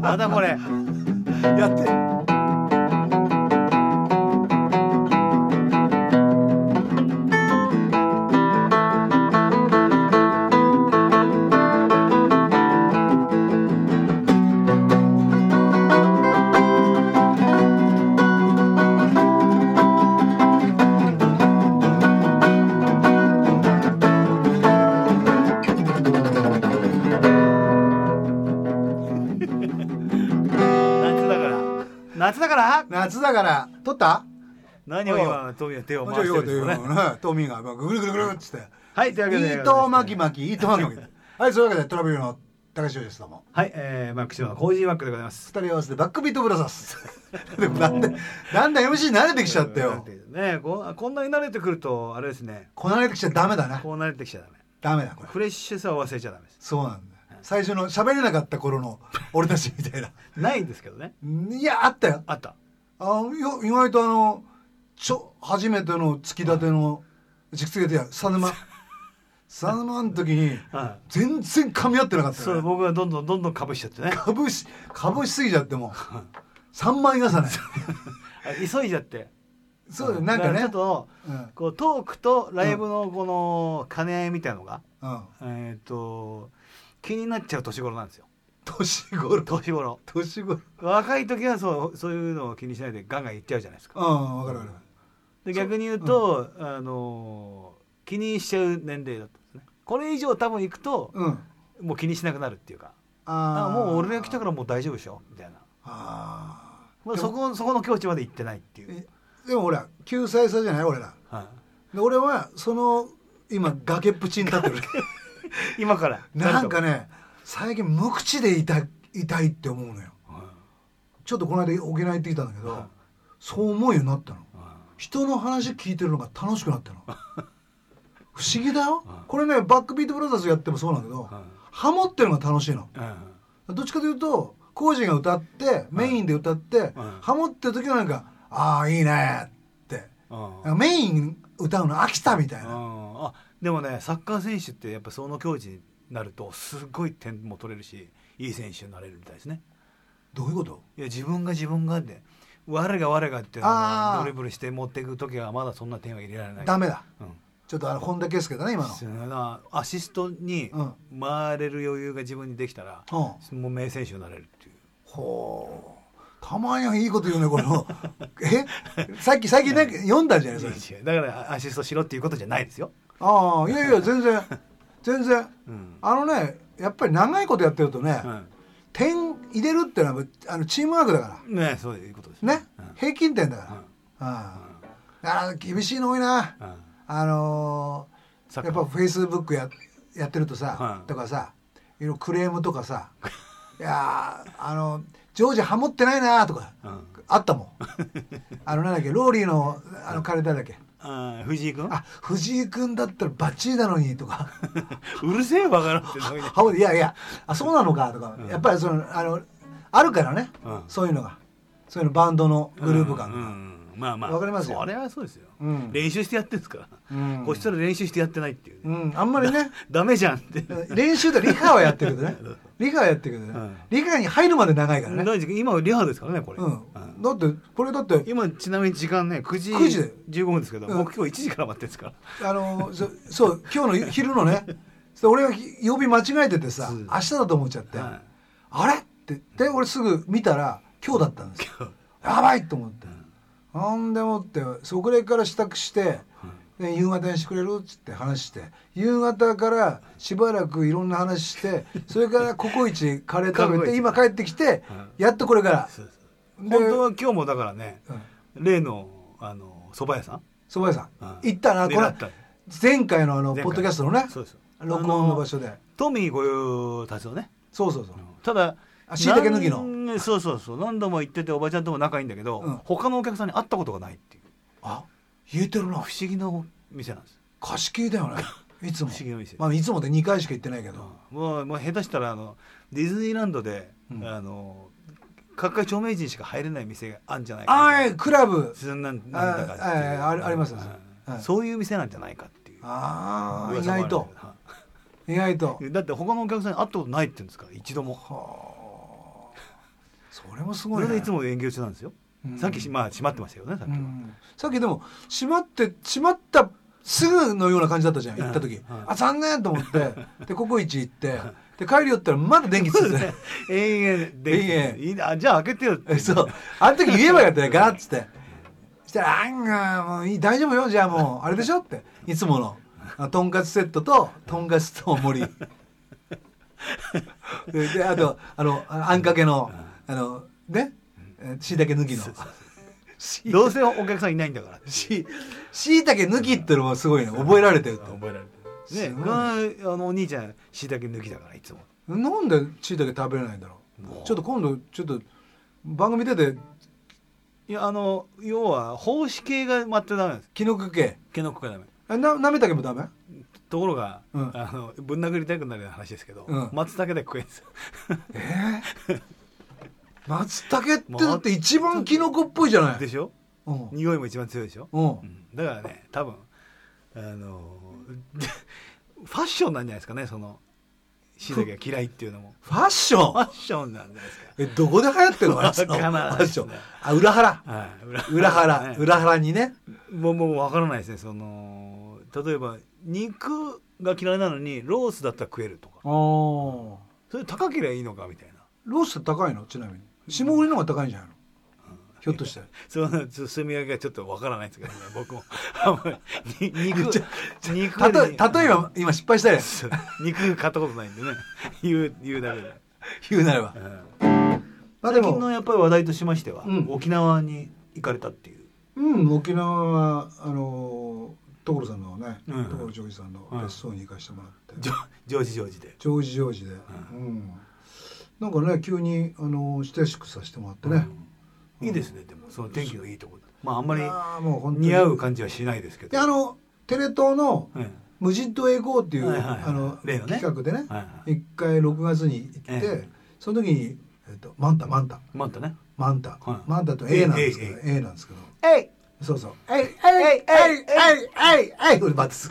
なんだこれやって夏だから夏だから夏だから撮った何を今トミーは手を面回白しいてよるっんてですいうかねねトミーがぐるぐるぐるっつってはいというわけで伊藤巻き巻き伊藤巻き巻きはいそういうわけでトラベルの高橋ですどうもはいえーマックシマコージーマックでございます二人合わせてバックビートブラザーズ でもなんでなんだ MC 慣れてきちゃったなんよていうねここんなに慣れてくるとあれですねこなれてきちゃダメだなこう慣れてきちゃダメダメだこれフレッシュさを忘れちゃダメですそうなんだ最初の喋れなかった頃の俺たちみたいなないんですけどねいやあったよあったあのよ意外とあのちょ初めての突き立ての突き立てや佐 沼佐沼の時には全然噛み合ってなかっいたかそらう僕がどんどんどんどんかぶしちゃってねかぶしかぶしすぎちゃっても3枚重ねあ急いじゃってそうだよなんかだらちょねっとうんこうトークとライブのこの兼ね合いみたいのが、うんえっ、と気になっちゃう年頃なんですよ年 頃年頃年頃若い時はそうそういうのを気にしないでガンガンいっちゃうじゃないですかうんわかるわかるで逆に言うと、あのー気にしちゃう年齢だったんですねこれ以上多分いくと、うんもう気にしなくなるっていうかああーもう俺が来たからもう大丈夫でしょみたいな、あーまあ、そこそこの境地まで行ってないっていう、えでもほら救済さじゃない俺らはで俺はその今崖っぷちに立ってるい今から なんかね最近無口でいたいたいって思うのよはいちょっとこの間沖縄行ってきたんだけど、はいそう思うようになったのは人の話聞いてるのが楽しくなった の不思議だよはいこれねバックビートブラザーズやってもそうなんだけど、はいハモってるのが楽しいのいうんどっちかというとコージが歌ってメインで歌って、ハモってる時はなんか「ああいいね」ってうんなんかメイン歌うの飽きたみたいなうんあでもねサッカー選手ってやっぱその境地になるとすごい点も取れるしいい選手になれるみたいですねどういうこといや自分が自分がで我が我がってあードリブルして持っていく時はまだそんな点は入れられないダメだうんちょっとあの本田圭佑だね今のそうだなアシストにうん回れる余裕が自分にできたら、もう名選手になれるっていうほうたまにはいいこと言うねこのえさっき最近なんか読んだんじゃないそれいやだからアシストしろっていうことじゃないですよ、ああいやいや全 然全然うんあのねやっぱり長いことやってるとね、点入れるってのはあのチームワークだかうん、ねそういうことですらね、うん平均点だから、うんあああ厳しいの多いなうんあのサーッカやっーぱフェイスブックややってるとさ、うんとかさいろいろクレームとかさいやーあのジョージハモってないなーとか、うんあったもんあのなんだっけローリーのあの彼誰だっけあー藤井君あ藤井君だったらバッチリなのにとか うるせえバカなってハモっていやいやあそうなのかとか、うんやっぱりそのあのあるからね、うんそういうのがそういうのバンドの グループ感うんうんが、うんまあまあわかりますよそれはそうですよ、うん練習してやってんですから、うんこっちとら練習してやってないっていううね、んあんまりねダメじゃん って、練習でリハはやってるけどねリハはやってるけどね、うんリハに入るまで長いからね、大地君今リハですからねこれ、ううんん、だってこれだって今ちなみに時間ね9時9時だよ15分ですけど、うん僕今日1時から待ってるんですからあのそそう今日の昼のねそう俺がひ曜日間違えててさそう明日だと思っちゃって、はいあれってで俺すぐ見たら今日だったんですよやばいと思って、なんでもってそこらから支度して、で夕方にしてくれるっつって話して夕方からしばらくいろんな話してそれからココイチカレー食べココイてチ今帰ってきて、うやっとこれからそうそうで本当は今日もだからね、うん例のあの蕎麦屋さん蕎麦屋さん、うん行ったなこ狙れった前回のあ前の回ポッドキャストのねそうです録音の場所でトミー御用達のねそうそうそう、ただあ椎茸抜きのなんそうそうそう何度も行ってておばちゃんとも仲いいんだけど、うん他のお客さんに会ったことがないっていうあ言えてるな不思議なお店なんです貸し切りだ よねいつも不思議な店まあ、いつもで2回しか行ってないけど、もうもう下手したらあのディズニーランドで、うんあの各界著名人しか入れない店があるんじゃないかああクラブそんなんなんだかっていうあああありますうんはいそういう店なんじゃないかっていうああ意噂もあるんだ外けどと意外と はいだって他のお客さんに会ったことないって言うんですから一度もれもすそごい、れね、でいつも営業中なんですよ、うんさっきしまあ閉まってましたよねさっきうは、んさっきでも閉まって閉まったすぐのような感じだったじゃん行った時、うんうんあ残念と思 ってでココイチ行ってで帰り寄ったらまだ電気ついてて延々できて延々いいなじゃあ開けてよってえ そうあの時言えばよかったよガーッつってそしたら「あんがもういい大丈夫よじゃあもうあれでしょ」っていつものあとんかつセットととんかつと盛り でであとあのああんかけのあのねしいたけ抜きのしどうせお客さんいないんだから しいたけ抜きってのもすごいね 覚えられてると覚えられてすねごいあのお兄ちゃんしいたけ抜きだからいつもなんでしいたけ食べれないんだろもううちょっと今度ちょっと番組出ていやあの要は奉仕系が全くダメなんです気のくけけのこがダメえななめたけもダメところが、うんあのぶん殴りたくなるような話ですけど、うん松茸で食えんですよ えー松茸ってだって一番キノコっぽいじゃないでしょうん匂いも一番強いでしょ、うんうんだからね多分あの ファッションなんじゃないですかねそのしいたけが嫌いっていうのもファッシフョンァッションなんじゃないですかえどこで流行ってるのあれそのわフからないァッションあ裏腹 はい裏ね腹裏腹にねもうもう分からないですねその例えば肉が嫌いなのにロースだったら食えるとかあーそれ高ければいいのかみたいなロースって高いのちなみに霜降りの方が高いんじゃないのひょっとしてその進み上げがちょっと分からないんですけどね僕もあんまりに肉ちょ肉たよとり例えば今失敗したやそう肉買ったことないんでね言う言うだけで、言うなればうんまあで最近のもやっぱり話題としましては、うん沖縄に行かれたっていううん沖縄はあのー所さんのねうん所ジョージさんの別荘に行かせてもらってジョジョージジョージでジョージジョージで、うんなんかね急にあの親しくさせてもらってね、うんいいですねでもその天気のいいところまああんあまりもう本当に似合う感じはしないですけどであのテレ東のはい「無人島へ行こう」っていう、はいはいはいあの例のね企画でね、はいはい一回6月に行って、ええその時に、えっとマンタマンタまたねマンタ、はいマンタと A なんですけどえ A なんですけどえいそうそう「えいえいえいえいえいえい」俺バッツ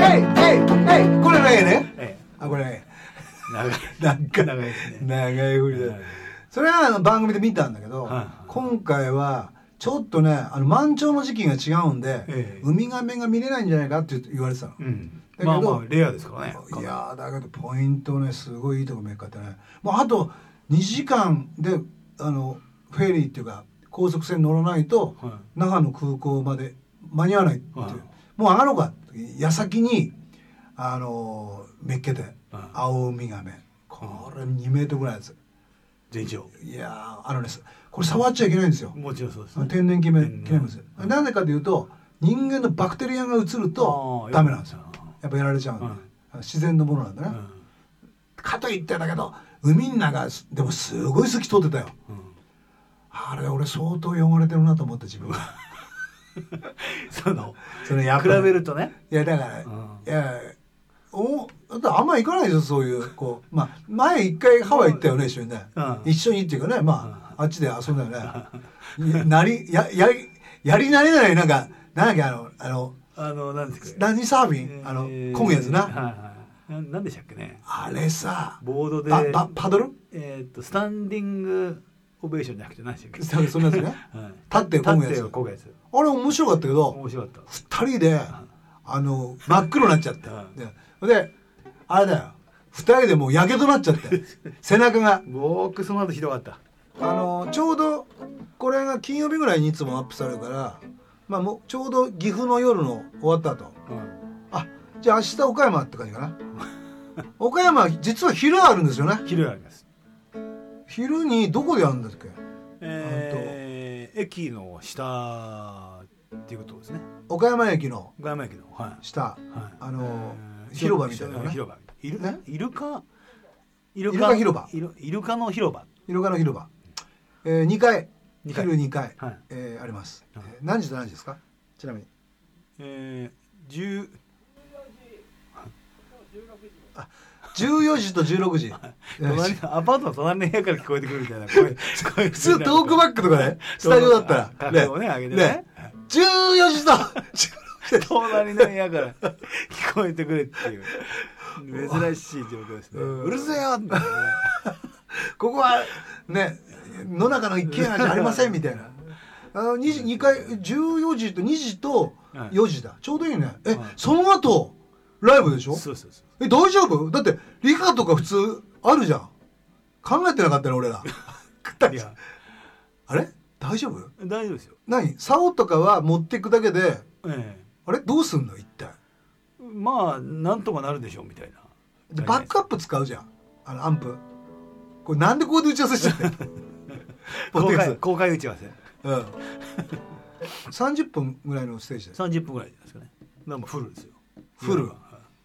これが A ねえあこれが A い長いなんか長いですね長い振りだはいそれはあの番組で見たんだけど、はいはい今回はちょっとねあの満潮の時期が違うんで、ええウミガメが見れないんじゃないかって言われてたの、うんだけどまあまあレアですからねいやーだけどポイントねすごいいいとこめっかってねもうあと2時間であのフェリーっていうか高速船乗らないと、はい長野空港まで間に合わないっていう、はいもう上がろうかって矢先にあのーめっけて、青ウミガメこれ2メートルぐらいのやつ全長いやーあのねこれ触っちゃいけないんですよもちろんそうですあのね天然記念天然記念物なぜかというと人間のバクテリアが移るとあーダメなんですよあやっぱやられちゃうんで、自然のものなんだね、かといってだけど海の中でもすごい透き通ってたようんうんあれ俺相当汚れてるなと思って自分が そのそれやっ比ぱりべるとねいやだから、うんいやおだってあんま行かないでしょそういうこうまあ前一回ハワイ行ったよね一緒にね、うん一緒にっていうかねまあ、あっちで遊んだよねいなりややりやりなれないなんかなんだっけあのあのあのなんですか何サーフィン、えーあのこぐやつな、はいはいななんでしたっけねあれさボードでパパ パドルえっとスタンディングオベーションじゃなくて何でしたっけそそんなやつねはい立ってこぐや立つってこぐやつあれ面白かったけど、面白かっ二人で、あの、真っ黒になっちゃってうん。でで、あれだよ。二人でもうやけどなっ ちゃって。背中がた。僕その後ひどかったあの、ちょうど、これが金曜日ぐらいにいつもアップされるから、まあもう、ちょうど岐阜の夜の終わった後。あ、じゃあ明日岡山って感じかな。岡山、実は昼あるんですよね。昼あります昼にどこでやるんだっけえー駅の下っていうことですね岡山駅の岡山駅のはい下。はいあのえー広場みたいなね広場イルねイルカイルイルカ広場イルイルカの広場イルカの広場、えー、2階二階昼2階、はいえーあります、はいえー何時と何時ですかちなみにえー、10 14時と16時、えー隣のアパートの隣の部屋から聞こえてくるみたいな声普普通トークバックとか ねスタジオだったら格好をね上げてね14時 と隣の部屋から聞こえてくるっていう珍しい状況ですねうんうるせえよってねここはね野中の一軒家じゃありません みたいなあの 2, 2回14時と2時と4時だ、ちょうどいいねえ、はいその後ライブでしょそうそうそうえ大丈夫だって理科とか普通あるじゃん考えてなかったね 俺らいやあれ大丈夫大丈夫ですよ何竿とかは持っていくだけでえあれどうすんの一体えまあなんとかなるでしょうみたいなでバックアップ使うじゃんあのアンプこれなんでここで打ち合わせしち ゃったのポッド公キャス開ト公開打ち合わせうん、30分ぐらいのステージです30分ぐらいですかねでもフルですよフル夜ははい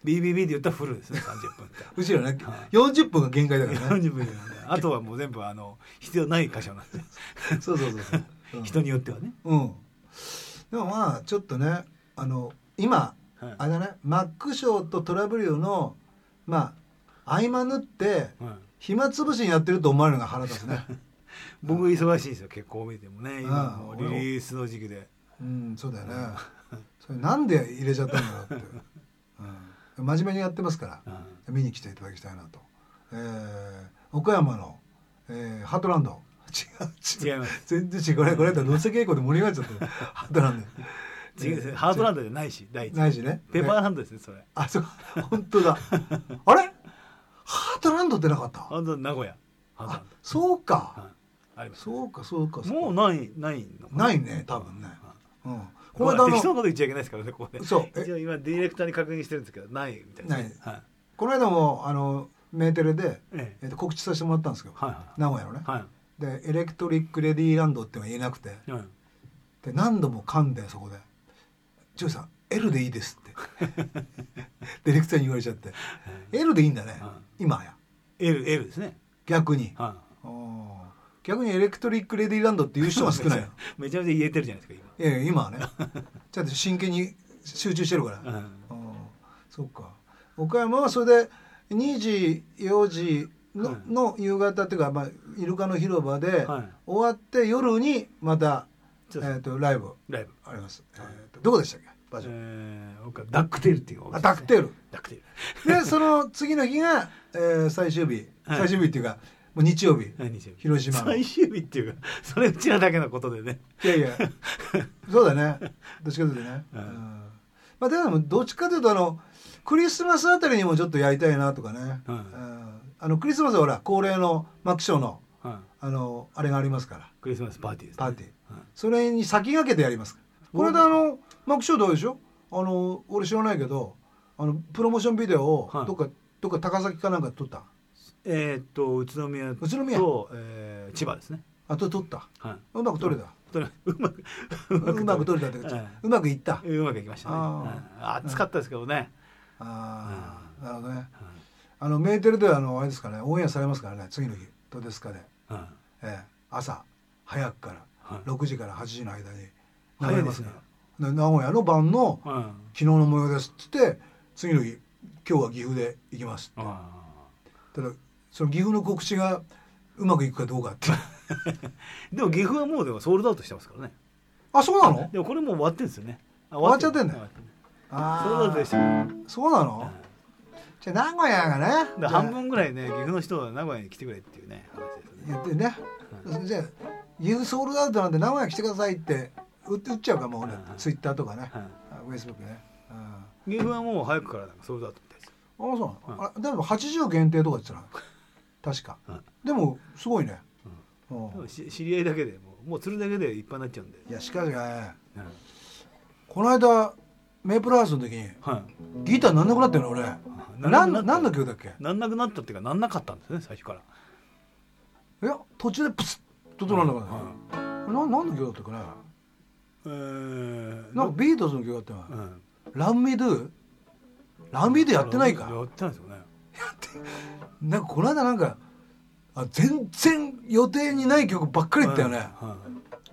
BBB で言ったらフルですね30分って うちらねは40分が限界だからね40分なんであとはもう全部あの必要ない箇所なんでそうそうそう そう、人によってはねうんうん、でもまあちょっとねあの今はいあれだねマックショーとトラブリオのまあ合間縫ってはい暇つぶしにやってると思われるのが腹立つね僕忙しいんですよ結構見てもね今もうああリリースの時期でうんそうだよねそれなんで入れちゃったんだろうって、うん、真面目にやってますからあ見に来ていただきたいなと、えー岡山の、えーハートランド違う違違いうます全然違うこれこれだったら乗せ稽古で盛り上がっちゃったハートランド違うハートランドじゃないし第一ないしねペーパーねランドですねそれあそう本当だあれハートランドってなかったハートランド名古屋ハートラあンドそうかはいありますそうかそうかそうかもうないないのかないね多分ねはいうんここれの間あ適当なこのと言っちゃいけないですからねここでそうえ一応今ディレクターに確認してるんですけどないみたいなないはいこの間もあのメーテレで、ええーと告知させてもらったんですけど、はいはい名古屋のね、はいでエレクトリック・レディーランドっていうのは言えなくてはいで何度も噛んでそこで「ジョイさん L でいいです」って ディレクターに言われちゃって「L でいいんだね、は今や L L ですね逆に、はおー逆にエレクトリック・レディーランドっていうい人が少な いのめちゃめちゃ言えてるじゃないですかいやいや今はねちゃんと真剣に集中してるから、今うんうんそっか岡山はそれで2時4時の,、はいの夕方っていうか、まあ、イルカの広場で、はい終わって夜にまた、えそうそうー、とライブライブあります、えーとどこでしたっけ場所、えー僕はダックテールっていうおあ店ダックテールダッ クテールでその次の日が、えー最終日、はい最終日っていうかもう日曜日何日広島の最い終日っていうかそれうちらだけのことでね やいやそうだねどっちかと いうとね、うんうんまあ、でもどっちかというとあのクリスマスあたりにもちょっとやりたいなとかね、はいうんあのクリスマスはほら恒例のマックショーのあのあれがありますからクリスマスパーティーですねパーティーはいそれに先駆けてやりますこれであのマックショーどうでしょあの俺知らないけどあのプロモーションビデオをはいどっか、どっか高崎かなんかで撮ったえーっと宇都宮宇都宮とえー千葉ですねあと撮ったはうまく撮れたいとにかくうまくうまく撮れたっていうかはいうまくいったうまくいきましたねあはい暑かったですけどねああなるほどねはいあのメーテルではあのあれですかねオンエアされますからね次の日どうですかね、はいええ朝早くからはい6時から8時の間に流早れいでますすねから、で名古屋の晩のうん「昨日の模様です」っつって次の日「今日は岐阜で行きます」ってあただその岐阜の告知がうまくいくかどうかって ーでも岐阜はもうでもソールドアウトしてますからねあそうなのでもこれもう終わってんですよねあ終わっちゃってんだ終わっあソールドアウトでしたーからそうなのじゃあ名古屋がねだから半分ぐらいね岐阜の人は名古屋に来てくれっていうね話ですよねじゃあ言ってねじゃあ「岐阜ソールドアウトなんで名古屋来てください」って打って打っちゃうかも俺うんツイッターとかねはいフェイスブックねうん岐阜はもう早くからなんかソールドアウトみたいですよあそうなの、あれでも80限定とか言ってたな確か、うんでもすごいね、うん多分し知り合いだけでもうもう釣るだけでいっぱいになっちゃうんで、いやしかしねはいこの間メイプルハウスの時にギターなんなくなったよね俺ななんんなくなったなんの曲だっけなんなくなったっていうかなんなかったんですね最初からいや途中でプスッとなんだからね、ななんの曲だったかねえーなんかビートルズの曲だったようねん「ランミドゥ」ランミドゥやってないかやってないですよねえなんかこの間なんかあ全然予定にない曲ばっかり言ったよね、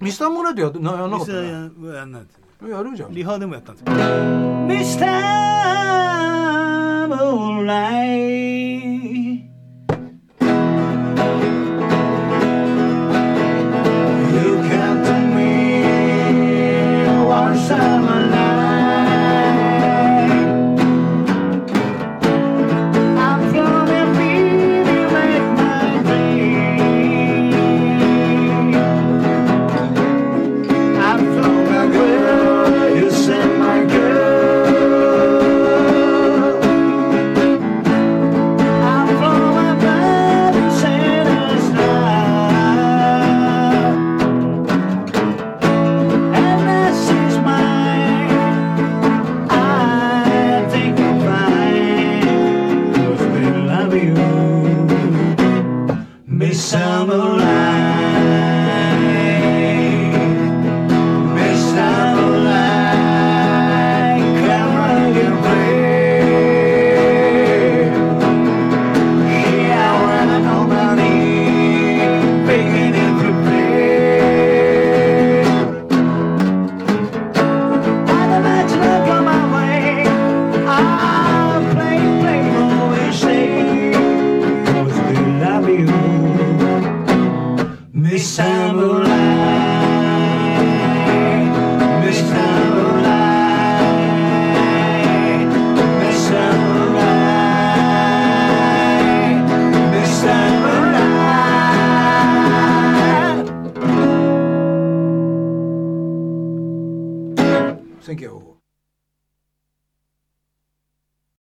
ミスターモンライトやってなやんなかっミスたタねーやんないですやるじゃんリハでもやったんですよミスターモンライ1900